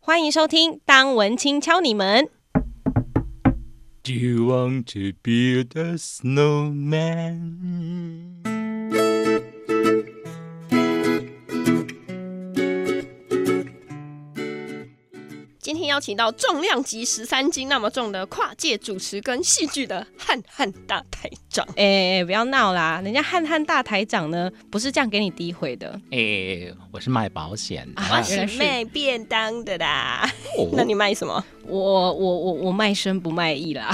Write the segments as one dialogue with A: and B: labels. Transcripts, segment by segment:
A: 欢迎收听《当文青敲你门》。
B: Do you want to build a snowman？
C: 今天邀请到重量级十三斤那么重的跨界主持跟戏剧的汉汉大台长。
A: 哎、不要闹啦！人家汉汉大台长呢，不是这样给你诋毁的。
B: 哎、我是卖保险的。
A: 啊
C: 我是卖便当的啦，
B: 哦
C: 那你卖什么？
A: 我我我我卖身不卖艺 啦。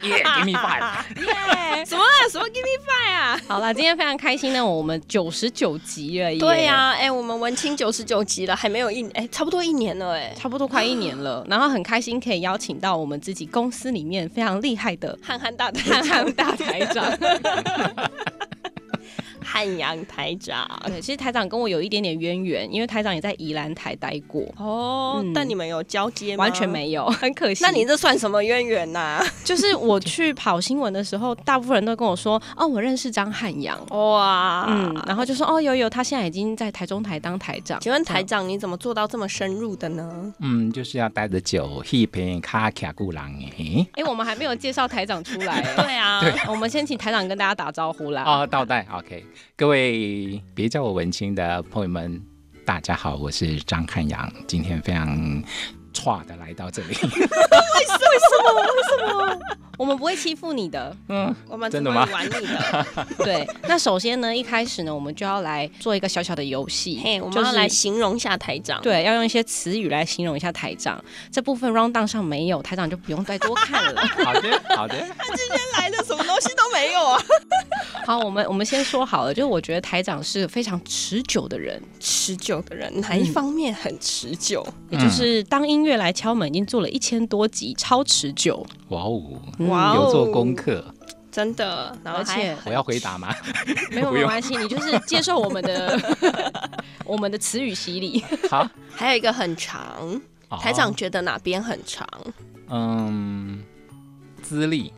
B: Yeah，give me five。
C: 什么啊？什么 give me five 啊？
A: 好啦，今天非常开心呢，我们九十九集了耶。
C: 对呀、、哎、我们文青九十九集了，还没有一哎、差不多一年了哎、
A: 差不多快一年 了，然后很开心可以邀请到我们自己公司里面非常厉害的
C: 汉汉大台
A: 汉
C: 长，
A: 汉大台 长。
C: 汉阳台长。
A: 对，其实台长跟我有一点点渊源，因为台长也在宜兰台待过，
C: 哦，
A: 嗯
C: 但你们有交接吗？
A: 完全。没 有，很可惜。
C: 那你这算什么渊源啊呐、
A: 就是我去跑新闻的时候，大部分人都跟我说，哦，我认识张汉阳，
C: 哇，
A: 嗯，然后就说，哦，有有，他现在已经在台中台当台长。
C: 请问台长你怎么做到这么深入的呢？
B: 嗯，就是要带着酒，一瓶卡卡固郎诶。
A: 哎、我们还没有介绍台长出 来、哎
C: 啊
A: 我们先请台长跟大家打招呼啦。
B: 哦，倒带，OK。各位别叫我文青的朋友们，大家好，我是张汉阳，今天非常。歘的来到这 里，
A: 我们不会欺负你 的。
B: 嗯，
C: 我们
B: 真的
C: 只会
B: 吗
C: 玩你的。
A: 对，那首先呢，一开始呢，我们就要来做一个小小的游戏，
C: 嘿，我
A: 就
C: 们
A: 是
C: 要来形容一下台长。，
A: 对，要用一些词语来形容一下台长。这部分 round down 上没有，台长就不用再多看 了。
B: 好的，好的，
C: 来的什么东西都没有啊，
A: 好，我们我们先说好了，就是我觉得台长是非常持久的人，
C: 持久的人哪一方面很持久？
A: 也就是当音乐来敲门已经做了一千多集，超持久。
B: 哇哦，
C: 哇
B: 有做
C: 哦
B: 功课，
C: 真的，然后
A: 而且
B: 我要回答吗？
A: 没有
B: 不
A: 没有
B: 用
A: 关系，你就是接受我们 的我们的词语洗礼。
B: 好，
C: 还还有一个很长，
B: 哦
C: 台长觉得哪边很长？
B: 嗯，资历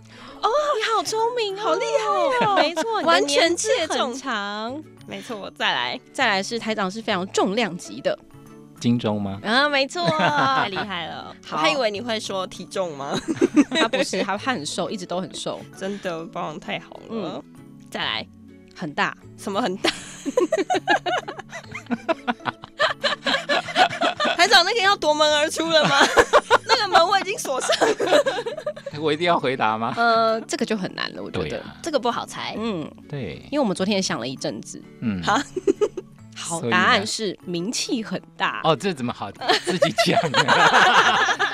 A: 你好聪明、好厉害哦！没错，
C: 完全
A: 你的年纪
C: 切
A: 很
C: 中
A: 长。
C: 没错，我再来，
A: 再来是台长是非常重量级的
B: 荆州吗？
A: 啊，没 错，
C: 太厉害了！
A: 好
C: 我还以为你会说体重吗？
A: 他不是他他很瘦，一直都很瘦，
C: 真的保养太好了。再来，
A: 很大。
C: 嗯什么很大？ 台长，那个要夺门而出了 吗？那个门我已经锁上了，
B: 我一定要回答吗？
A: 呃，这个就很难了，我觉
B: 对
A: 得。
B: 啊，
C: 这个不好猜。
A: 嗯，
B: 对，
A: 因为我们昨天也想了一阵子，
B: 嗯，
C: 好
A: 好，
B: 所以呢
A: 答案是名气很大。
B: 哦，这怎么好自己讲啊 呢？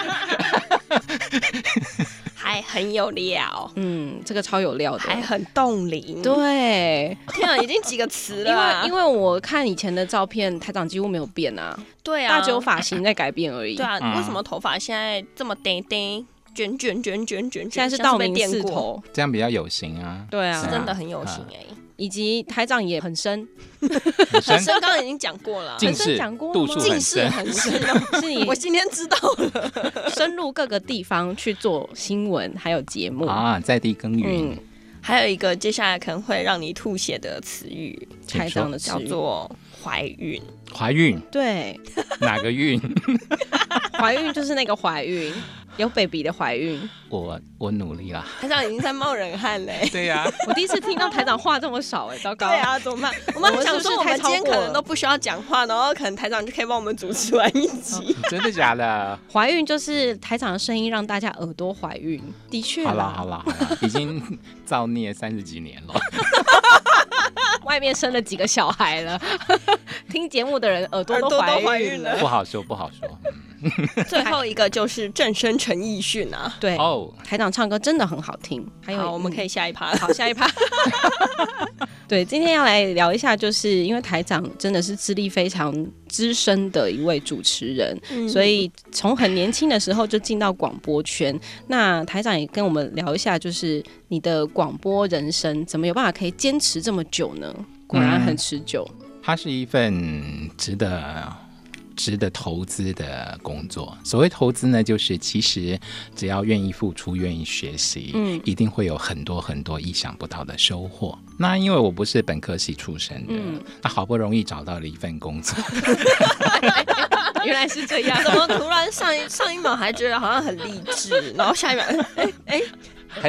C: 还很有料，
A: 嗯，这个超有料
C: 还
A: 的。
C: 很冻龄。
A: 对，
C: 天啊，已经几个词
A: 因
C: 了啊、
A: 为因为我看以前的照片，台长几乎没有变啊，
C: 对啊，
A: 大只有发型在改变而已。
C: 对啊，
B: 嗯
C: 为什么头发现在这么呆呆卷卷卷卷卷？
A: 现在
C: 是
A: 是道
C: 被
A: 明
C: 电
A: 寺
C: 过，
A: 头，
B: 这样比较有型啊。
A: 对啊，嗯
C: 是真的很有型哎、
A: 以及台长也很深，
B: 很深
C: 身高已经讲过了啊，
B: 近
A: 深
B: 视
A: 讲过了
B: 度
A: 吗
B: 数
C: 近
B: 很
C: 视
B: 深，
C: 很深哦。
A: 是你
C: 我今天知道了，
A: 深入各个地方去做新闻还有节目。
B: 啊，在地耕耘，，
C: 还有一个接下来可能会让你吐血的词语
B: 请
A: 台
B: 说
A: 长的词
C: 叫
A: 语
C: 做怀孕，
B: 怀孕
A: 对，
B: 哪个孕？
A: 怀孕就是那个怀孕，有 baby 的怀 孕。
B: 我我努力啦。
C: 台长已经在冒冷汗嘞、
B: 对呀，
A: 我第一次听到台长话这么少、哎，糟糕。
C: 对啊，怎么办？我们还想说，我们今天可能都不需要讲话，然后可能台长就可以帮我们主持完一集。
B: 真的假的？
A: 怀孕就是台长的声音让大家耳朵怀孕，的确
B: 好啦
A: 啦
B: 好啦好啦，已经造孽三十几年了。
A: 外面生了几个小孩了， 听节目的人耳朵
C: 耳朵
A: 怀
C: 都怀
A: 孕
C: 孕了
B: 不好说不好说。
C: 最后一个就是正身陈奕迅啊，
A: 对，
B: 哦，
A: 台长唱歌真的很好听。还有，
C: 哎嗯好，我们可
A: 以
C: 以下一趴。
A: 好下一趴。对，今天要来聊一下，就是因为台长真的是资历非常资深的一位主持人，
C: 嗯
A: 所以从很年轻的时候就进到广播圈。那台长也跟我们聊一下，就是你的广播人生怎么有办法可以坚持这么久呢？果然很持久。
B: 它是一份值得值得投资的工作。所谓投资呢，就是其实只要愿意付出、愿意学习，
A: 嗯
B: 一定会有很多很多意想不到的收获。那因为我不是本科系出身的，
A: 嗯
B: 那好不容易找到了一份工作，
A: 原来是 这样。
C: 怎么突然上一上一秒还觉得好像很励志，然后下一秒
B: 还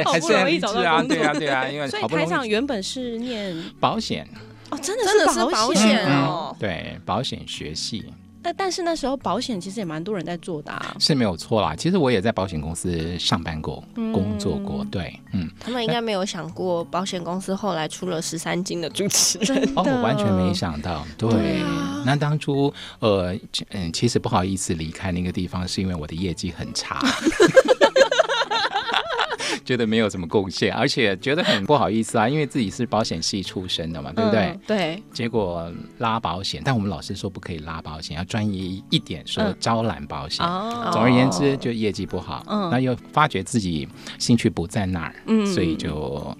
A: 好
B: 还
A: 不
B: 是
A: 容
B: 很
A: 易
B: 励志
A: 找到
B: 啊，
A: 工作
B: 对啊，对啊，因为
A: 所以
B: 好不容
A: 台长
B: 易
A: 原本是念
B: 保险，
A: 哦，真
C: 真的是
A: 保
C: 保
A: 险
C: 险
B: 嗯
A: 哦。
C: 哦。
B: 对保险学系
A: 那但是那时候保险其实也蛮多人在做的啊。
B: 是没有错啦。其实我也在保险公司上班过，
A: 嗯
B: 工作过，对，嗯，
C: 他们应该没有想过，保险公司后来出了十三金的主持人，
B: 哦，我完全没想到，对。
A: 啊
B: 那当初呃，其嗯，其实不好意思离开那个地方，是因为我的业绩很差。 觉得没有什么贡献，而且觉得很不好意思啊，因为自己是保险系出身的嘛，对不对？
A: 嗯？对，
B: 结果拉保险，但我们老师说不可以拉保险，要专业一点，说
A: 嗯
B: 招揽保险。
A: 哦
B: 总而言之，就业绩不好，
A: 嗯
B: 那又发觉自己兴趣不在那儿，
A: 嗯
B: 所以就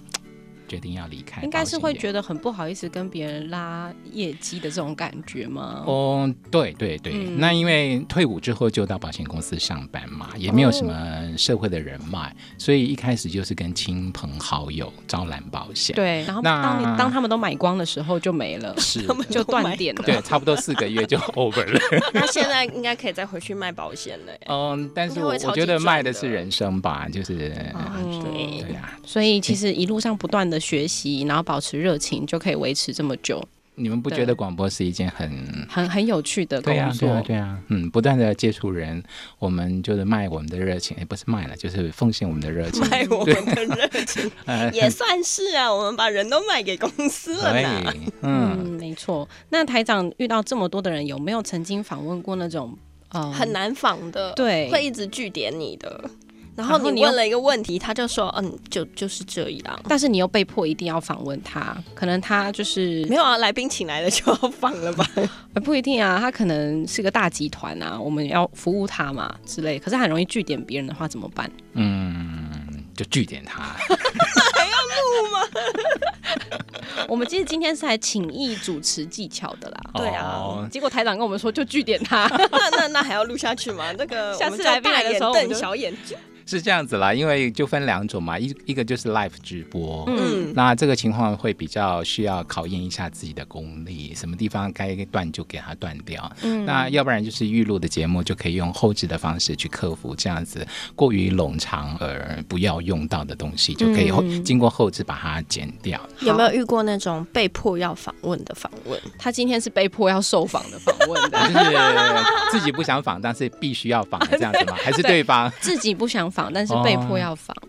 B: 决定要离开保险业。
A: 应该是会觉得很不好意思跟别人拉业绩的这种感觉吗？
B: 哦，对对对，
A: 嗯
B: 那因为退伍之后就到保险公司上班嘛，也没有什么社会的人脉，所以一开始就是跟亲朋好友招揽保险。
A: 对，然后
B: 那
A: 当你当他们都买光的时候就没 了，
B: 是的，
A: 就断点了。
B: 对，差不多四个月就 over 了。
C: 那现在应该可以再回去卖保险 了耶。
B: 嗯，但是我
C: 应该会超级
B: 我觉得卖的哦
C: 赚的
B: 是人生吧，就是、啊
C: 嗯对
B: 对啊，
A: 所以其实一路上不断的学习，然后保持热情，就可以维持这么久，
B: 你们不
A: 对
B: 觉得广播是一件很
A: 很很有趣的工
B: 对呀、啊对
A: 作。
B: 呀、对呀、嗯，不断的接触人，我们就是卖我们的热情，也哎不是卖了，就是奉献我们的热情，
C: 卖我们的热 情
B: 呃，
C: 也算是啊，我们把人都卖给公司了
B: 所以
C: 呢。
B: 嗯，
A: 嗯，没错。那台长遇到这么多的人，有没有曾经访问过那种呃
C: 很难仿的，
A: 对
C: 会一直据点你的。然
A: 后
C: 后你
A: 你又
C: 问了一个问题，他就说，嗯，就就是这样。
A: 但是你又被迫一定要访问他，可能他就是
C: 没有啊，来宾请来了就要放了吧？
A: 呃不一定啊，他可能是个大集团啊，我们要服务他嘛之类。可是很容易据点别人的话怎么办？
B: 嗯，就据点他。
A: 我们其实今天是来请益主持技巧的啦。
C: 对啊
B: 哦
A: 结果台长跟我们说就据点他，
C: 那那那还要录下去吗？那个
A: 下次
C: 我们就
A: 来宾来的时候
C: 大眼
A: 我们
C: 瞪
A: 就
C: 小眼睛。
B: 是这样子啦，因为就分两种嘛，一一个就是 live 直播。
C: 嗯，
B: 那这个情况会比较需要考验一下自己的功力，什么地方该断就给它断掉。嗯，那要不然就是预录的节目就可以用后置的方式去克服这样子过于冗长而不要用到的东西，就可以
C: 嗯
B: 后、经过后置把它剪掉。
C: 有没有遇过那种被迫要访问的访问？
A: 他今天是被迫要受访的访问
B: 我
A: 的，
B: 就是自己不想仿，但是必须要仿，这样子吗？还是对方？
A: 自己不想访，但是被迫要访。。
B: 哦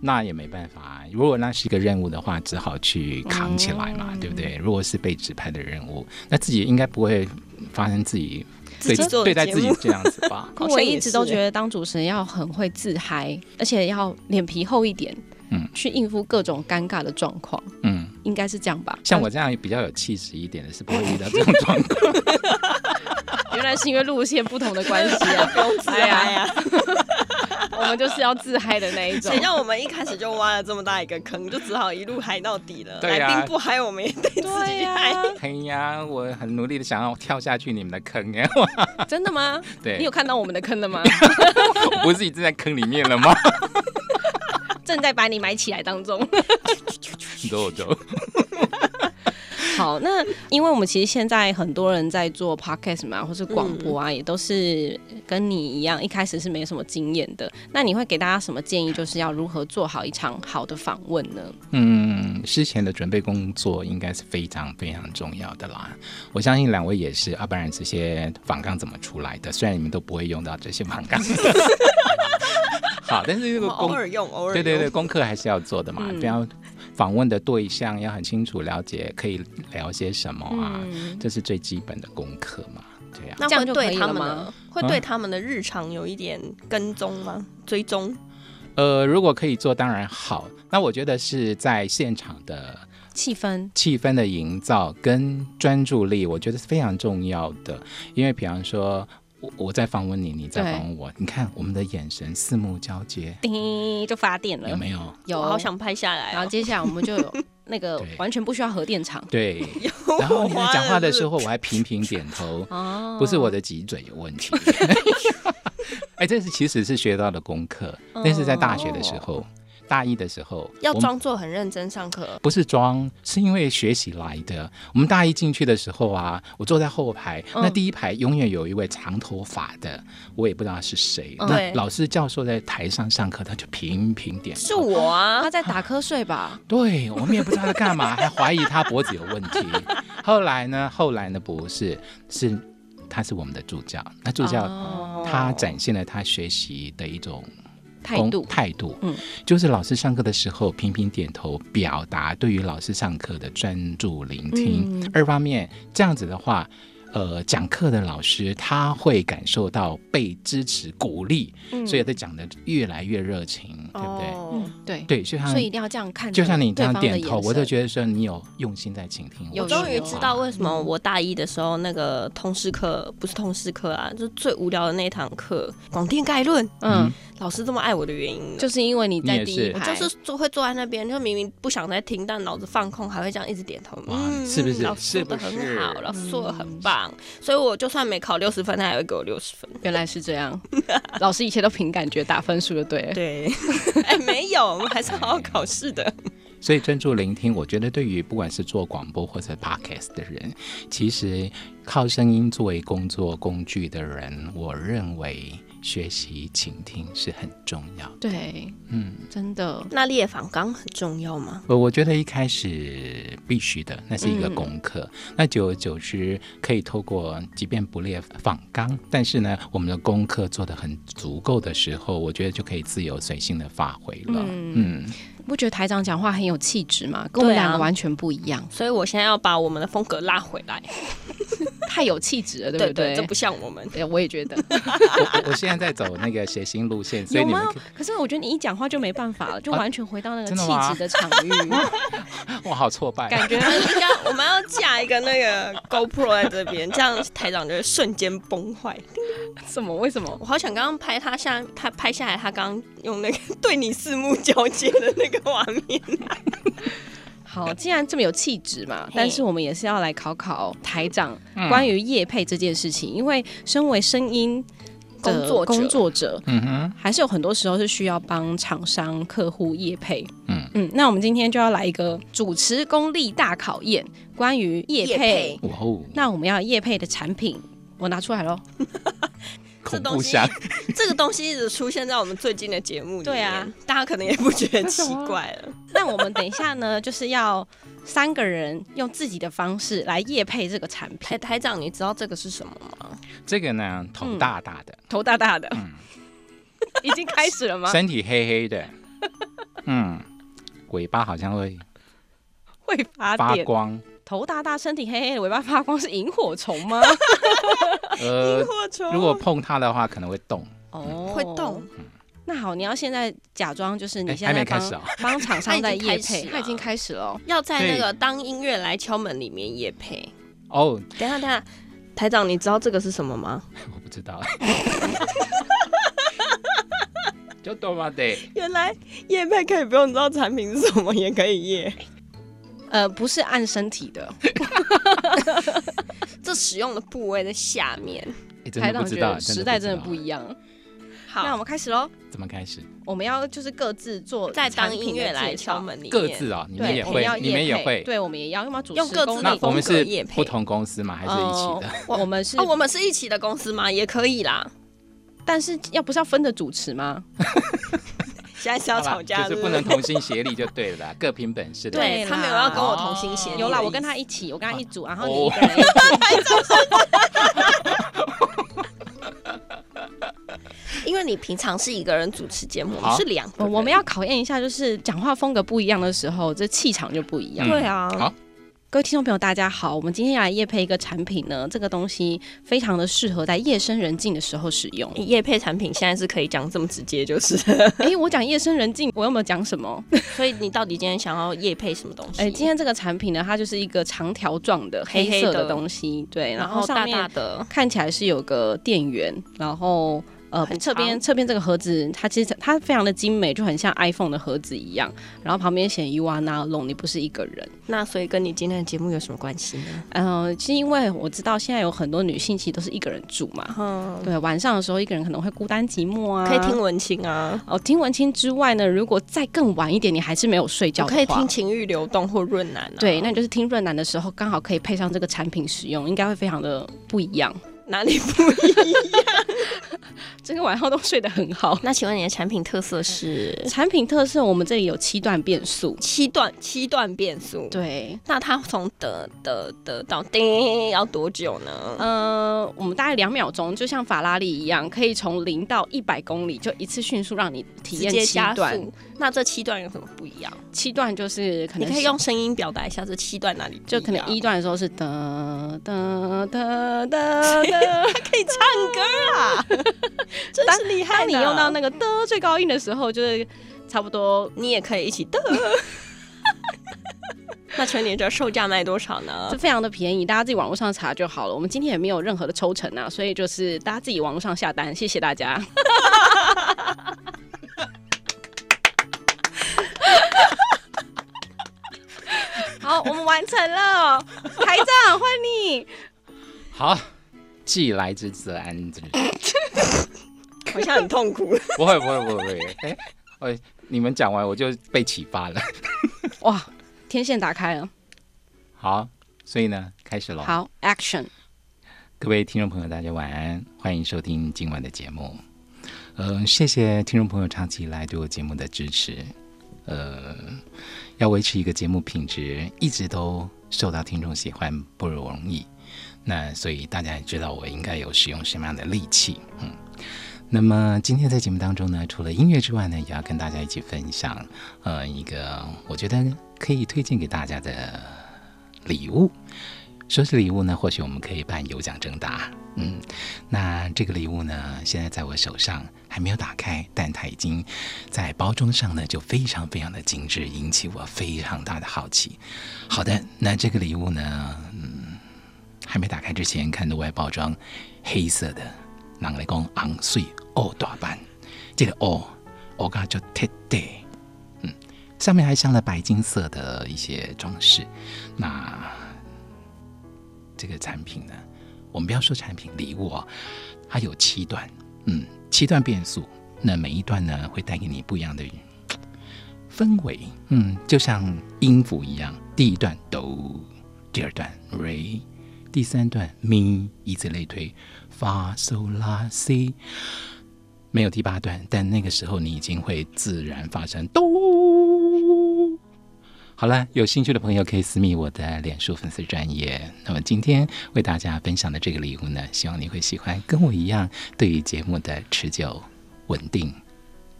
B: 那也没办法，如果那是一个任务的话，只好去
C: 哦
B: 扛起来嘛，对不对？如果是被指派的任务，那自己应该不会发生自己对
C: 自己做的
B: 对待
C: 节
B: 自己
C: 目
B: 这样子吧
A: 可
C: 好
A: 我
C: 像
A: 一
C: 也
A: 直
C: 是
A: 都
C: 欸
A: 觉得当主持人要很会自嗨，而且要脸皮厚一点，
B: 嗯
A: 去应付各种尴尬的状况，
B: 嗯，
A: 应该是这样吧？
B: 像我这样比较有气质一点的，是不会遇到这种状况。
A: 原来是因为路线不同的关系啊，
C: 不用自嗨啊！
A: 我们就是要自嗨的那一种
C: 谁。叫我们一开始就挖了这么大一个坑，就只好一路嗨到底了。
B: 对啊
C: 来宾不嗨，我们也得自
A: 对
C: 己
A: 呀、
C: 嗨。
B: 哎呀，我很努力的想要跳下去你们的坑哎，
A: 真的吗？
B: 对
A: 你有看到我们的坑了吗？
B: 我不是已经在坑里面了吗？
A: 正在把你埋起来当中。
B: 走走，
A: 好，那因为我们其实现在很多人在做 podcast 嘛，或是广播啊，也都是跟你一样，一开始是没有什么经验的。那你会给大家什么建议？就是要如何做好一场好的访问呢？
B: 嗯，之前的准备工作应该是非常非常重要的啦。我相信两位也是，要、啊不然这些仿钢怎么出来的？虽然你们都不会用到这些仿 钢，好，但是这
C: 我
B: 个
C: 们偶
B: 功，
C: 尔用，偶尔
B: 对
C: 用。
B: 对对，功课还是要做的嘛。
A: 嗯
B: 不要访问的对象要很清楚了解，可以聊些什么啊，
A: 嗯，
B: 这是最基本的功课嘛。对呀、
C: 那
A: 这样
C: 会
A: 就可
C: 对
A: 以
C: 他
A: 了
C: 们
A: 吗
C: 的会
B: 啊
C: 对他们的日常有一点跟踪吗？追踪？
B: 呃，如果可以做，当然好。那我觉得是在现场的
A: 气氛，
B: 气氛的营造跟专注力，我觉得是非常重要的。因为比方说，我我在访问你，你在
A: 对
B: 访问我，你看我们的眼神四目交接，
A: 叮就发电了，
B: 有没有？
A: 有
C: 我好想拍下来
A: 然后
C: 哦。
A: 接下来我们就 有那个
B: 对
A: 完全不需要核电厂
B: 对。
C: 有
B: 然后你在讲话的时
C: 候，
B: 候，我还频频点头，
A: 哦
B: 不是我的脊椎有问 题。哎，这是其实是学到的功课，但是在大学的时候。大一的时候，
C: 哦要
B: 我们
C: 装作很认真上课，
B: 不是装，是因为学习来的。我们大一进去的时候啊，我坐在后排，
C: 嗯
B: 那第一排永远有一位长头发的，我也不知道是谁。
C: 嗯
B: 那
C: 对
B: 老师教授在台上上课，他就频频点头
C: 是我啊
A: 他，在打瞌睡吧？
B: 对我们也不知道他干嘛，还怀疑他脖子有问 题。后来呢？后来呢？不是，是他是我们的助教，那助教、
A: 哦
B: 他展现了他学习的一种
A: 态
B: 公
A: 度，
B: 态度，
A: 嗯
B: 就是老师上课的时候频频点头，表达对于老师上课的专注聆听。
A: 嗯
B: 二方面，这样子的话。呃，讲课的老师他会感受到被支持、鼓励，所以他讲的越来越热情，对不对？
C: 哦，
A: 嗯，对，
B: 对，就像
A: 所以一定要这样看着
B: 就
A: 对方
B: 像
A: 的
B: 你
A: 眼
B: 这
A: 神，
B: 样点头，我就觉得说你有用心在倾听我
A: 有
B: 说
C: 我
B: 的话。
C: 终于知道为什么我大一的时候那个通识课不是通识课啊，就是最无聊的那一堂课《广电概论》，
A: 嗯，
C: 老师这么爱我的原因了。
A: 就是因为你
B: 你
A: 在
B: 也
A: 第
B: 是
A: 一
B: 我
C: 我
A: 排，
C: 就是坐会坐在那边，就明明不想再听，但脑子放空，还会这样一直点头。嗯
B: 哇是不是
C: 老师
B: 是
C: 说的
B: 不是
C: 很好，老师说的很
A: 嗯
C: 棒，所以我就算没考六十分，他也会给我六十分。
A: 原来是这样， 老师一切都凭感觉打分数就对了。
C: 对， 哎、没有，我们还是好好考试的。
B: 所以专注聆听，我觉得对于不管是做广播或者 podcast 的人，其实靠声音作为工作工具的人，我认为学习倾听是很重要的。
A: 对，
B: 嗯，
A: 真的，
C: 那列访纲很重要吗？
B: 我我觉得一开始必须的，那是一个
A: 嗯
B: 功课。那久而久之，可以透过即便不列访纲，但是呢，我们的功课做得很足够的时候，我觉得就可以自由随性的发挥了。嗯
A: 你不觉得台长讲话很有气质吗？跟我们
C: 对啊
A: 两个完全不一样，
C: 所以我现在要把我们的风格拉回来。
A: 太有气质了，对
C: 对
A: 不对？
C: 这不像我们。
A: 对，我也觉得
B: 我我我现在在走那个谐星路线，所以
A: 有
B: 你们
A: 吗
B: 可？
A: 可是我觉得你一讲话就没办法了，就
B: 啊
A: 完全回到那个
B: 真的
A: 气
B: 吗
A: 质的场 域，
B: 我好挫败。
A: 感觉哎
C: 我们应该，我们要架一个那个 GoPro 在这边，这样台长就会瞬间崩坏。
A: 什么？为什么？
C: 我好想刚刚拍他下，他拍下来，他刚用那个对你四目交接的那个画面。
A: 好，既然这么有气质嘛
C: 嘿，嗯
A: 但是我们也是要来考考台长关于业配这件事情，因为身为声音的
C: 工作者
A: 工作者，
B: 嗯哼，
A: 还是有很多时候是需要帮厂商、客户业配。
B: 嗯
A: 嗯，那我们今天就要来一个主持功力大考验，关于业
C: 业配
B: 哇哦，
A: 那我们要业配的产品，我拿出来喽。
B: 恐
C: 东
B: 怖
C: 西
B: 箱。
C: 这个东西一直出现在我们最近的节目里面，
A: 对啊，
C: 大家可能也不觉得奇怪了。
A: 那我们等一下呢，就是要三个人用自己的方式来业配这个产
C: 台
A: 品，
C: 台长，你知道这个是什么吗？
B: 这个呢，头
A: 嗯
B: 大大的，
A: 头大大的，
C: 嗯
A: 已经开始了吗？
B: 身体黑 黑的，嗯，尾巴好像会
A: 会发
B: 发
A: 电，
B: 光。
A: 头大大，身体黑黑的，尾巴发光，是萤火虫 吗？
B: 呃，
C: 火虫
B: 如果碰它的话，可能会动。
A: 哦，
C: 会动。
A: 那好，你要现在假装就是你
B: 哎
A: 现在
B: 还没开
A: 帮
B: 始哦
A: 帮厂商在业
C: 他已经开
A: 配啊
C: 始，了
A: 他已经开始了哦。
C: 要在那个当音乐来敲门里面也配。
B: 哦，
C: 等一下，等一下，台长，你知道这个是什么吗？
B: 我不知道。 就多嘛得，
C: 原来夜配可以不用知道产品是什么，也可以夜。
A: 呃，不是按身体的，
C: 这使用的部位在下面。
B: 哎真
A: 台
B: 的
A: 长
B: 不知
A: 觉
B: 道，
A: 得时代真的不
B: 不知道
A: 一样。那我
C: 好，
A: 们开始喽，
B: 怎么开始？
A: 我们要就是各自做
C: 在
A: 产
C: 当
A: 品的
C: 音乐来
A: 介绍
C: 敲，门里面，
B: 各自哦，你们
A: 对，
B: 也
A: 我们要
B: 会，你们
A: 业
B: 也
A: 配
B: 会。
A: 对，我们也要，要么主持
C: 用各自
A: 功
B: 那
A: 能
C: 的
B: 我们
C: 风格
B: 是
C: 业配
B: 不同公司嘛，还是一起的？
A: 哦我们是
C: 哦，，我们是一起的公司吗？也可以啦。
A: 但是要不是要分着主持吗？
C: 现在是
B: 好
C: 要
B: 啦
C: 吵架，
B: 就是不能同心协力就对了啦，各凭本事的。
A: 对
C: 对
A: 啦
C: 他没有要跟我同心协力的意思。
A: 有啦，我跟他一起，我跟他一组，然后你
B: 哦
A: 一个人一组。
C: 因为你平常是一个人主持节目，我们
B: 好
C: 是两个
A: 我
C: 人。
A: 呃我们要考验一下，就是讲话风格不一样的时候，这气场就不一样。
B: 嗯
C: 对啊。
B: 好，
A: 各位听众朋友，大家好，我们今天要来夜配一个产品呢，这个东西非常的适合在夜深人静的时候使用
C: 叶配产品现在是可以讲这么直接，就是。
A: 诶，我讲夜深人静，我有没有讲什 么？
C: 所以你到底今天想要叶配什么东西？
A: 诶，今天这个产品呢，它就是一个长条状的
C: 黑黑
A: 色
C: 的
A: 东西，对，
C: 然
A: 然后
C: 后
A: 上
C: 大
A: 面
C: 大的
A: 看起来是有个电源，然后。呃
C: 很
A: 侧
C: 长
A: 边侧边这个盒子，它其实它非常的精美，就很像 iPhone 的盒子一样。然后旁边写 You are not alone，你不是一个人。
C: 那所以跟你今天的节目有什么关系呢？
A: 嗯，是因为我知道现在有很多女性其实都是一个人住嘛，
C: 嗯，
A: 对，晚上的时候一个人可能会孤单寂寞啊。
C: 可以听文青啊，
A: 哦，听文青之外呢，如果再更晚一点，你还是没有睡觉
C: 我
A: 的
C: 哦可以
A: 话
C: 听情欲流动或润南啊。
A: 对，那你就是听润南的时候，刚好可以配上这个产品使用，应该会非常的不一样。
C: 哪里不一样？
A: 整个晚上都睡得很 好。
C: 那请问你的产品特色是
A: 产品特色，我们这里有七段变速。
C: 七段七段变速？
A: 对，
C: 那它从得得得到叮要多久呢？
A: 呃，我们大概两秒钟，就像法拉利一样，可以从零到一百公里，就一次迅速让你体验
C: 直接
A: 七
C: 加
A: 段。
C: 速。那这七段有什么不一样？
A: 七段就是可
C: 你
A: 能
C: 可以
A: 是
C: 用声音表达一下这七段哪里不
A: 就可能
C: 样
A: 一段的时候是哒哒 哒哒哒，
C: 可以唱歌 啊，真是厉害
A: 当
C: 的！
A: 你用到那个的最高音的时候，就是差不多。
C: 你也可以一起 的。那全年折售价卖多少呢
A: 这？非常的便宜，大家自己网络上查就好了。我们今天也没有任何的抽成啊，所以就是大家自己网络上下单，谢谢大家。 好，我们完成了，台长换你。
B: 好，既来之则安之。
C: 好像很 痛苦。
B: 不会不会不会不会，哎、哎你们讲完我就被启发了。
A: 哇，天线打开了，
B: 好，所以呢，开始喽。
A: 好，Action。
B: 各位听众朋友，大家晚安，欢迎收听今晚的节目。呃，谢谢听众朋友长期以来对我节目的支持。呃，要维持一个节目品质，一直都受到听众喜欢不容易。那所以大家也知道我应该有使用什么样的利器，嗯。那么今天在节目当中呢，除了音乐之外呢，也要跟大家一起分享，呃，一个我觉得可以推荐给大家的礼物。收拾礼物呢，或许我们可以办有奖征答。嗯，那这个礼物呢，现在在我手上还没有打开，但它已经在包装上呢就非常非常的精致，引起我非常大的好奇。好的，那这个礼物呢，嗯，还没打开之前，看到外包装黑色的，人来讲昂碎哦大版，这个哦，我感觉特地，嗯，上面还镶了白金色的一些装饰，那。这个产品呢，我们不要说产品礼物哦，它有七段，嗯，七段变速，那每一段呢会带给你不一样的氛围，嗯，就像音符一样，第一段哆，第二段 re，第三段咪，以此类推，发嗦拉西。没有第八段，但那个时候你已经会自然发生哆。好了，有兴趣的朋友可以私密我的脸书粉丝专业。那么今天为大家分享的这个礼物呢，希望你会喜欢，跟我一样，对于节目的持久稳定，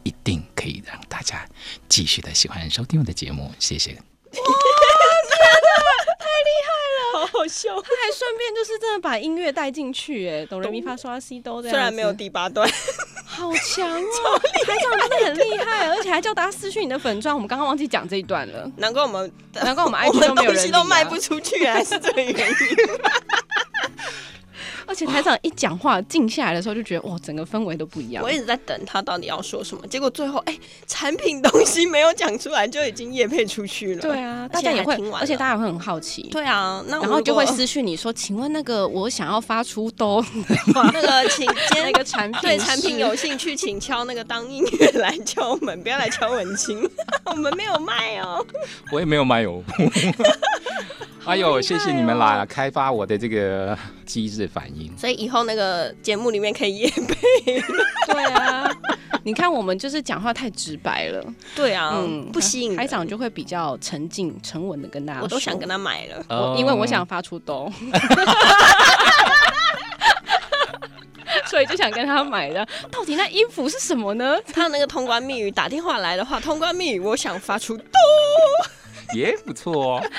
B: 一定可以让大家继续的喜欢收听我的节目。谢谢。
C: 好好笑。
A: 他还顺便就是真的把音乐带进去，哎，哆来咪发嗦拉西哆这
C: 虽
A: 样子。
C: 然没有第八段，
A: 好强哦！台长真的很厉害，而且还叫大家私讯你的粉钻。我们刚刚忘记讲这一段了，
C: 难怪我们
A: 难怪我们
C: 我
A: IG
C: 们
A: 都没有
C: 东
A: 人、啊
C: 西都卖不。出去，还是这个原因。
A: 而且台长一讲话，静下来的时候就觉得哇，整个氛围都不一样
C: 我。一直在等他到底要说什么，结果最后哎，产品东西没有讲出来，就已经业配出去了。
A: 对啊，
C: 而
A: 大
C: 且
A: 家也会
C: 还听，完了
A: 而且大家也会很好奇，
C: 对啊，那我
A: 然后
C: 如
A: 就
C: 果
A: 会私讯你说：“请问那个我想要发出兜的话，
C: 那个请
A: 那
C: 先
A: 个产品
C: 对
A: 是
C: 产品有兴趣，请敲那个当音乐来敲我们，不要来敲文青， 我们没有卖哦。
B: 我也没有买有。 哎
A: 好厉害
B: 呦，
A: 哦
B: 谢谢你们啦，开发我的这个机智反应。
C: 所以以后那个节目里面可以也
A: 对啊。”你看，我们就是讲话太直白了，
C: 对啊，
A: 嗯，
C: 不吸引
A: 台长
C: 人，
A: 就会比较沉静、沉稳的跟大家说。
C: 我都想跟他买 了。
B: 哦
A: 我因为我想发出 兜，所以就想跟他买的。到底那音符是什么呢？
C: 他那个通关密语打电话来的话，通关密语我想发出
B: 也不错哦，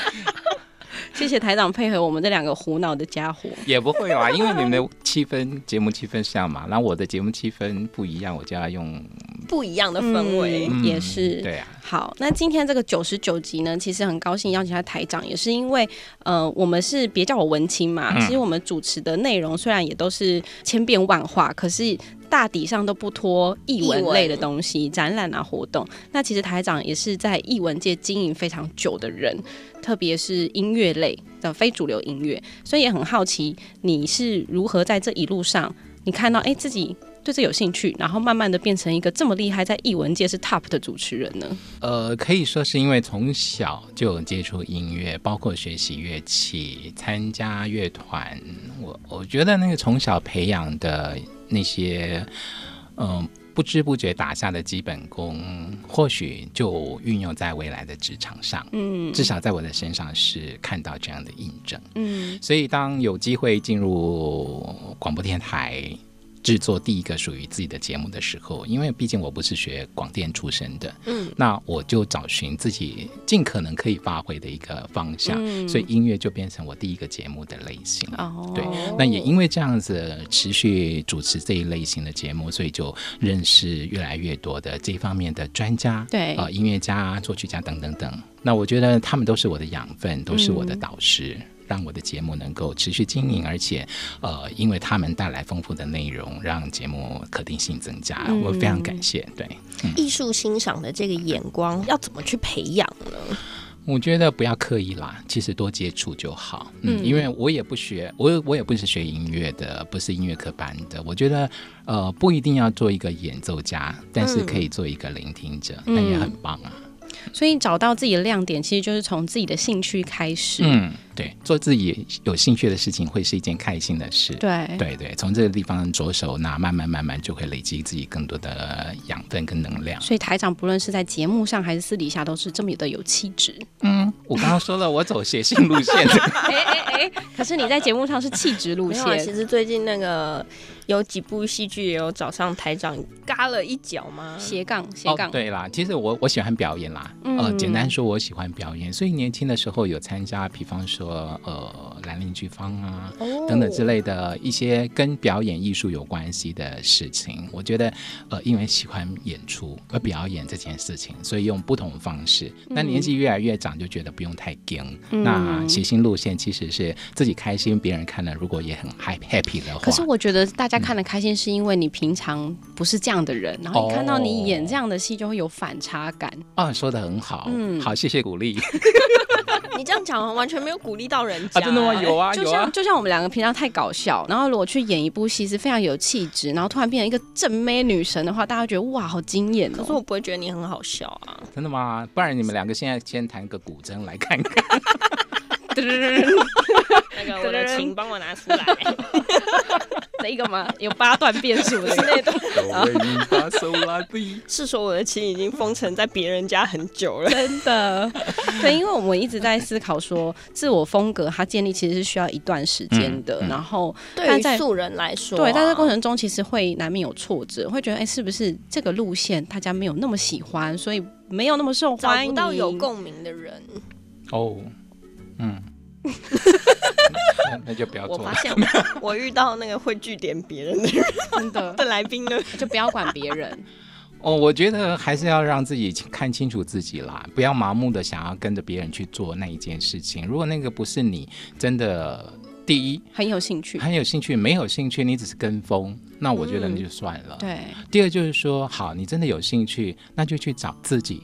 A: 谢谢台长配合我们这两个胡闹的家伙。
B: 也不会啊啦，因为你们的气氛节目气氛像嘛，那我的节目气氛不一样，我就要用
C: 不一样的氛围。
A: 嗯也是
B: 对啊，
A: 好，那今天这个九十九集呢，其实很高兴邀请到台长，也是因为呃，我们是别叫我文青嘛，
B: 嗯
A: 其实我们主持的内容虽然也都是千变万化，可是。大抵上都不脱艺文类的东西，展览啊活动。那其实台长也是在艺文界经营非常久的人，特别是音乐类的非主流音乐，所以也很好奇你是如何在这一路上，你看到哎、自己对这有兴趣，然后慢慢的变成一个这么厉害在艺文界是 top 的主持人呢？
B: 呃，可以说是因为从小就有接触音乐，包括学习乐器、参加乐团。我我觉得那个从小培养的那些，嗯、不知不觉打下的基本功，或许就运用在未来的职场上。
A: 嗯
B: 至少在我的身上是看到这样的印证。
A: 嗯
B: 所以当有机会进入广播电台。制作第一个属于自己的节目的时候，因为毕竟我不是学广电出身的，
C: 嗯，
B: 那我就找寻自己尽可能可以发挥的一个方向，
A: 嗯
B: 所以音乐就变成我第一个节目的类型。
A: 哦，
B: 对那也因为这样子持续主持这一类型的节目，所以就认识越来越多的这一方面的专家，
A: 对
B: 呃，音乐家、作曲家等等等。那我觉得他们都是我的养分，都是我的导师。
A: 嗯
B: 让我的节目能够持续经营，而且，呃，因为他们带来丰富的内容，让节目可定性增加，
A: 嗯
B: 我非常感谢。对，
C: 艺术欣赏的这个眼光要怎么去培养呢？
B: 我觉得不要刻意啦，其实多接触就好。嗯，
A: 嗯
B: 因为我也不学，我我也不是学音乐的，不是音乐科班的。我觉得，呃，不一定要做一个演奏家，但是可以做一个聆听者，那也很棒啊。
A: 所以找到自己的亮点，其实就是从自己的兴趣开始。
B: 嗯，对，做自己有兴趣的事情会是一件开心的事。
A: 对，
B: 对对，从这个地方着手，那慢慢慢慢就会累积自己更多的养分跟能量。
A: 所以台长不论是在节目上还是私底下，都是这么的有气 质。
B: 嗯，我刚刚说了，我走写信路线的。
A: 哎哎哎！可是你在节目上是气质路
C: 没有啊，其
A: 线，
C: 实最近那个有几部戏剧也有找上台长嘎了一脚吗？
A: 斜杠斜杠。
B: 哦。对啦，其实我我喜欢表演啦，呃，
A: 嗯
B: 简单说我喜欢表演，所以年轻的时候有参加，比方说呃兰陵剧坊啊。
C: 哦
B: 等等之类的一些跟表演艺术有关系的事情，我觉得，呃，因为喜欢演出和表演这件事情，所以用不同的方式。
A: 嗯
B: 那年纪越来越长，就觉得不用太硬。那写信路线其实是自己开心，别人看了如果也很 happy happy 的话，
A: 可是我觉得大家看得开心，是因为你平常不是这样的人，然后你看到你演这样的戏，就会有反差感。
B: 啊、说的很好，
A: 嗯
B: 好，谢谢 鼓励
C: 你这样讲完全没有鼓励到人家、欸
B: 啊，真的吗？有啊，
A: 就
B: 有啊
A: 像。就像我们两个平常太搞笑，然后如果去演一部戏是非常有气质，然后突然变成一个正妹女神的话，大家会觉得哇，好惊艳
C: 可是我
A: 哦！
C: 不会觉得你很好笑啊。
B: 真的吗？不然你们两个现在先弹个古筝来看看。
C: 那个我的琴帮我拿出来，
A: 这一个吗？有八段变数的那种，
C: 是说我的琴已经封存在别人家很 久了。
A: 真的。 对，因为我们一直在思考说，自我风格它建立其实是需要一段时间的，
B: 嗯嗯
A: 然后
C: 对于素人来说啊、
A: 对，在这过程中其实会难免有挫折，会觉得哎、是不是这个路线大家没有那么喜欢，所以没有那么受
C: 找
A: 欢
C: 不
A: 迎，
C: 到有共鸣的人，
B: 哦，嗯，那那就不要
C: 我
B: 做了
C: 发。 现我遇到那个会据点别人的人
A: 真的
C: 的来宾呢，
A: 就不要管别人。
B: 哦，我觉得还是要让自己看清楚自己啦，不要盲目的想要跟着别人去做那一件事情。如果那个不是你真的第一
A: 很有兴趣，
B: 很有兴趣，没有兴趣，你只是跟风，那我觉得那就算
C: 嗯
B: 了。
A: 对，
B: 第二就是说，好，你真的有兴趣，那就去找自己，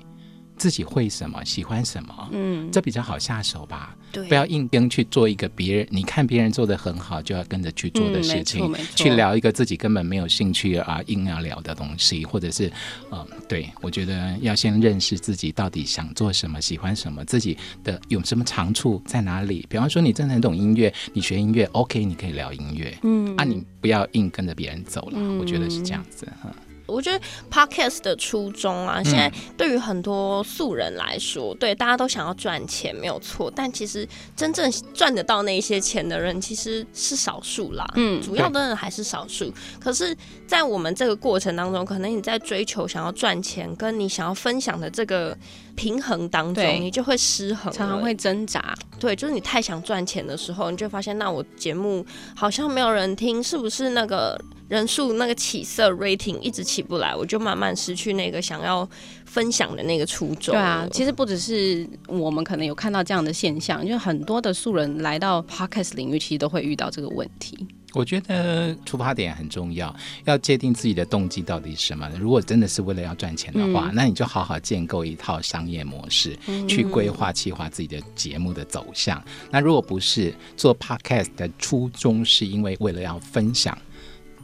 B: 自己会什么，喜欢什么，
A: 嗯，
B: 这比较好下手吧。
C: 对
B: 不要硬跟去做一个别人，你看别人做的很好，就要跟着去做的事情，
A: 嗯没错没错
B: 去聊一个自己根本没有兴趣啊，硬要聊的东西，或者是，嗯、对我觉得要先认识自己到底想做什么，喜欢什么，自己的有什么长处在哪里。比方说，你真的很懂音乐，你学音乐，OK，你可以聊音乐，嗯，啊，你不要硬跟着别人走了，我觉得是这样子哈。
C: 我觉得 podcast 的初衷
A: 嗯
C: 啊，现在对于很多素人来说，对大家都想要赚钱没有错，但其实真正赚得到那一些钱的人其实是少数啦，
A: 嗯
C: 主要的人还是少数。可是，在我们这个过程当中，可能你在追求想要赚钱，跟你想要分享的这个平衡当
A: 对
C: 中，你就会失衡了，
A: 常常会挣扎，
C: 对，就是你太想赚钱的时候，你就会发现，那我节目好像没有人听，是不是那个人数那个起色 rating 一直起不来，我就慢慢失去那个想要分享的那个初衷。
A: 对啊，其实不只是我们可能有看到这样的现象，因为很多的素人来到 podcast 领域，其实都会遇到这个问题。
B: 我觉得出发点很重要，要界定自己的动机到底是什么。如果真的是为了要赚钱的
C: 嗯
B: 话，那你就好好建构一套商业模式，去规划、计划自己的节目的走向。那如果不是做 podcast 的初衷是因为为了要分享，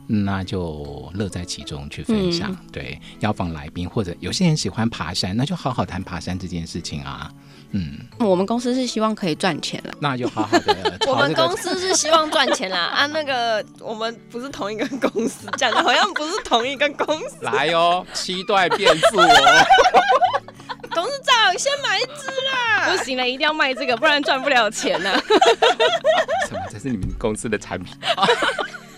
B: 那就乐在其中去分享。
C: 嗯
B: 对，邀访来宾或者有些人喜欢爬山，那就好好谈爬山这件事情啊。嗯，
A: 我们公司是希望可以赚钱啦，
B: 那就好好的
C: 我
B: 朝
C: 们
B: 这
C: 公
B: 个。
C: 司是希望赚钱啦，啊，那个我们不是同一个公司，讲的好像不是同一个公司。
B: 来哦，期待变速哦。
C: 董事长，先买一支啦。
A: 不行了，一定要卖这个，不然赚不了钱啊呢、
B: 什么？这是你们公司的产品？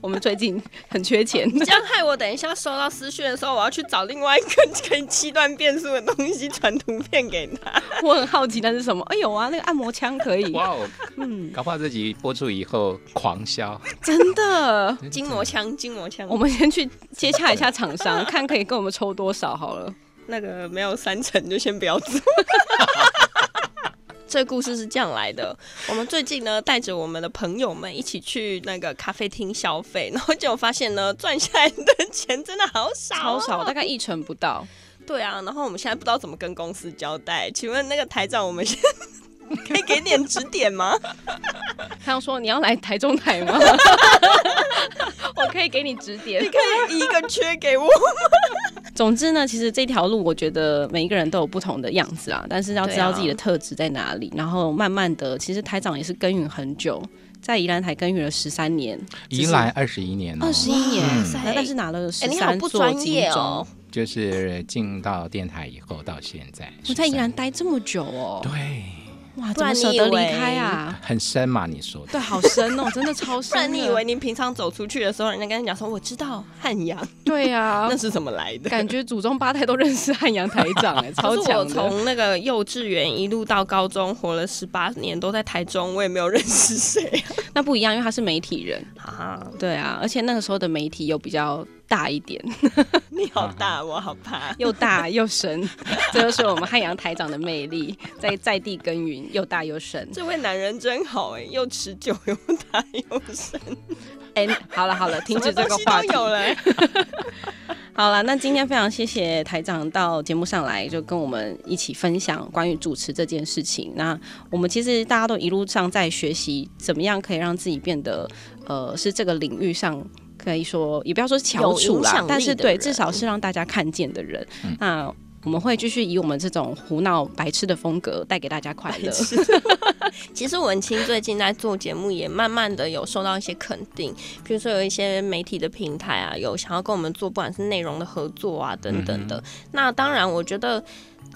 A: 我们最近很缺钱，
C: 这样害我等一下收到私讯的时候，我要去找另外一个 可以七段变速的东西传图片给他。
A: 我很好奇那是什么。哎有啊，那个按摩枪可以，
B: 哇哦，
A: 嗯
B: 搞不好这集播出以后狂销。
A: 真的。
C: 筋膜枪，筋膜枪，
A: 我们先去接洽一下厂商，看可以跟我们抽多少好了。
C: 那个没有三成就先不要做。 这故事是这样来的，我们最近呢带着我们的朋友们一起去那个咖啡厅消费，然后结果发现呢赚下来的钱真的好少、啊
A: 超少，大。概一成不到。
C: 对啊，然后我们现在不知道怎么跟公司交代，请问那个台长，我们先可以给点指点 吗？
A: 他说：“你要来台中台 吗？我可以给你指点
C: 你。可以一个缺给我。”
A: 总之呢，其实这条路我觉得每一个人都有不同的样子啊，但是要知道
C: 对啊
A: 自己的特质在哪里，然后慢慢的，其实台长也是耕耘很久，在宜兰台耕耘了十三年，
B: 宜兰二十一年哦
A: 二，十一年
B: 哇，
C: 塞
A: 那但是拿了
C: 哎
A: 十
C: 你好
A: 三
C: 不
A: 座
C: 专
A: 金
C: 业
A: 钟，
C: 哦
B: 就是进到电台以后到现在，
A: 我在宜兰
B: 13
A: 待这么久哦，
B: 对，
A: 哇，
C: 不
A: 怎么
C: 然
A: 舍
C: 你
A: 得
C: 以
A: 离
C: 为
A: 开啊？
B: 很深嘛，你说的。
A: 对，好深哦，真的超深
C: 不
A: 的。
C: 然你以为你平常走出去的时候，人家跟你讲说我知道汉阳、
A: 对 啊
C: 那？是怎么来的？
A: 感觉祖宗八代都认识汉阳台长哎、超
C: 可是我
A: 强的。
C: 从那个幼稚园一路到高中，活了十八年，都在台中，我也没有认 识谁
A: 那不一样，因为他是媒体人，
C: 啊！
A: 对啊，而且那个时候的媒体又比较大一点，
C: 你好大，我好 怕。
A: 又大又深， 这就是我们汉阳台长的魅力，在在地耕耘，又大又深。
C: 这位男人真好哎、又持久又大又深，
A: 哎、好了好了，停止这个
C: 什么
A: 话
C: 东西
A: 题
C: 都。有了。
A: 好了，那今天非常谢谢台长到节目上来，就跟我们一起分享关于主持这件事情。那我们其实大家都一路上在学习，怎么样可以让自己变得呃是这个领域上。可以说，也不要说翘楚
C: 有影响
A: 啦
C: 力，
A: 但是对，
C: 的人嗯
A: 至少是让大家看见的人。那我们会继续以我们这种胡闹白痴的风格带给大家快乐。
C: 其实文青最近在做节目，也慢慢的有受到一些肯定，比如说有一些媒体的平台啊，有想要跟我们做，不管是内容的合作啊等等
A: 嗯
C: 的。那当然，我觉得。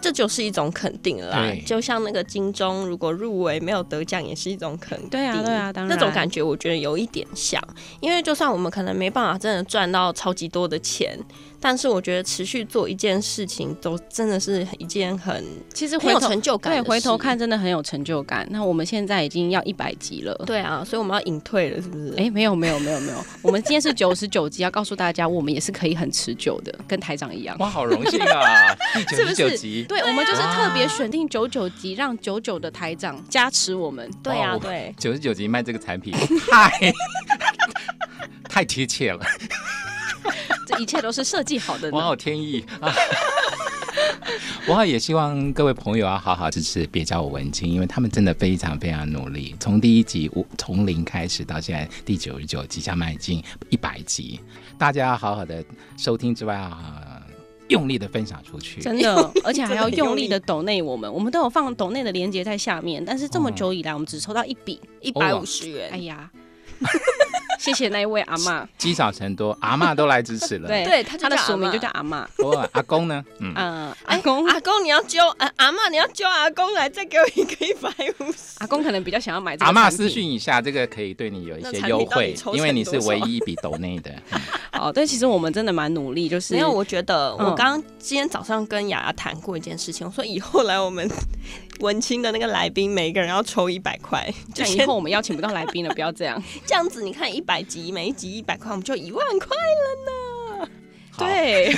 C: 这就是一种肯定了啦
B: 对，
C: 就像那个金钟如果入围没有得奖，也是一种肯定。
A: 对啊对啊当然
C: 那种感觉我觉得有一点像，因为就算我们可能没办法真的赚到超级多的钱，但是我觉得持续做一件事情，都真的是一件很
A: 其实
C: 很
A: 回
C: 有
A: 头
C: 成就感
A: 对
C: 的
A: 回头
C: 事
A: 看真的很有成就感。那我们现在已经要一百集了，
C: 对啊，所以我们要隐退了，是不是？
A: 哎、没有没有没有没 有，我们今天是九十九集，要告诉大家，我们也是可以很持久的，跟台长一样。
B: 哇，好荣幸啊！第九
A: 是不是
B: 十九集，
A: 对，啊我们就是特别选定九九集，让九九的台长加持我们。
C: 对啊，
B: 哦
C: 对。
B: 九十九集卖这个产品，太太贴切了，
A: 这一切都是设计好的
B: 哇，
A: 呢。
B: 好天意 啊！我也希望各位朋友啊要好好支持，别叫我文青，因为他们真的非常非常努力，从第一集无从零开始到现在第九十九集，将迈进一百集，大家要好好的收听之外啊、用力的分享出去。
A: 真的，而且还要用力的抖内我们，我们都有放抖内的链接在下面，但是这么久以来，我们只抽到一笔，
C: 一百五十元，
A: 哎呀， 谢谢那一位阿嬷，
B: 积少成多，阿嬷都来支持 了。
A: 对，
C: 对他就
A: 他的
C: 叫阿
A: 署名
C: 嬷
A: 就叫阿嬷，
B: 哦，阿公呢？嗯，
A: 嗯，
C: 哎
A: 阿公，
C: 阿公你要揪，呃、阿妈你要揪阿公来，再给我一个一百五十。
A: 阿公可能比较想要买这个
B: 阿嬷
A: 产
B: 私
A: 品。
B: 讯一下，这个可以对你有一些
C: 那产品
B: 优
C: 到底
B: 惠
C: 抽，成
B: 因为你是
C: 多少
B: 唯一一笔抖内的。
A: 哦，但其实我们真的蛮努力，就是
C: 没有，我觉得
A: 嗯
C: 我刚刚今天早上跟雅雅谈过一件事情，我说以后来我们 文青的那个来宾，每个人要抽一百块，就
A: 那以
C: 先
A: 后我们邀请不到来宾了，不 要这样。
C: 这样子。你看一百集，每一集一百块，我们就一万块了呢。
B: 好，
A: 对。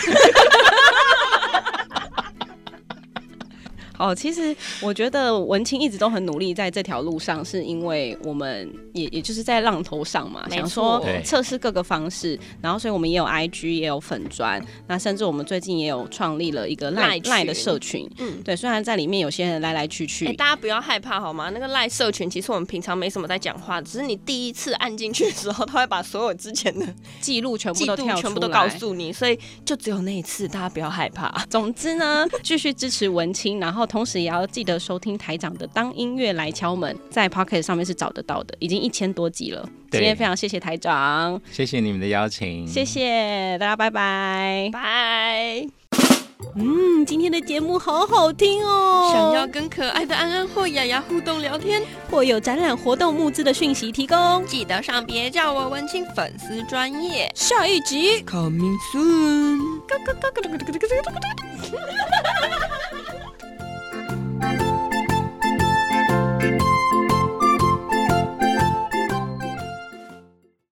A: 哦，其实我觉得文青一直都很努力在这条路上，是因为我们也也就是在浪头上嘛，
C: 没
A: 想说
C: 错
B: 对
A: 测试各个方式，然后所以我们也有 IG，也有粉砖，那甚至我们最近也有创立了一个赖
C: 赖群
A: 赖的社群，
C: 嗯，
A: 对，虽然在里面有些人来来去去，
C: 哎、大家不要害怕好吗？那个赖社群，其实我们平常没什么在讲话，只是你第一次按进去的时候，他会把所有之前的
A: 记录全部
C: 季
A: 都
C: 度
A: 跳出来，
C: 全部都告诉你，所以就只有那一次，大家不要害怕。
A: 总之呢，继续支持文青，然后同时也要记得收听台长的《当音乐来敲门》，在 Pocket 上面是找得到的，已经一千多集了。今
B: 对嗯
A: 天非常谢谢台长，
B: 谢谢你们的邀请，
A: 谢谢大家，拜拜。
C: 拜。
A: 嗯，今天的节目好好听哦
C: 想要跟可爱的安安或雅雅互动聊天，
A: 或有展览活动募资的讯息提供，
C: 记得上别叫我文青粉丝专业。
A: 下一集
C: Coming soon。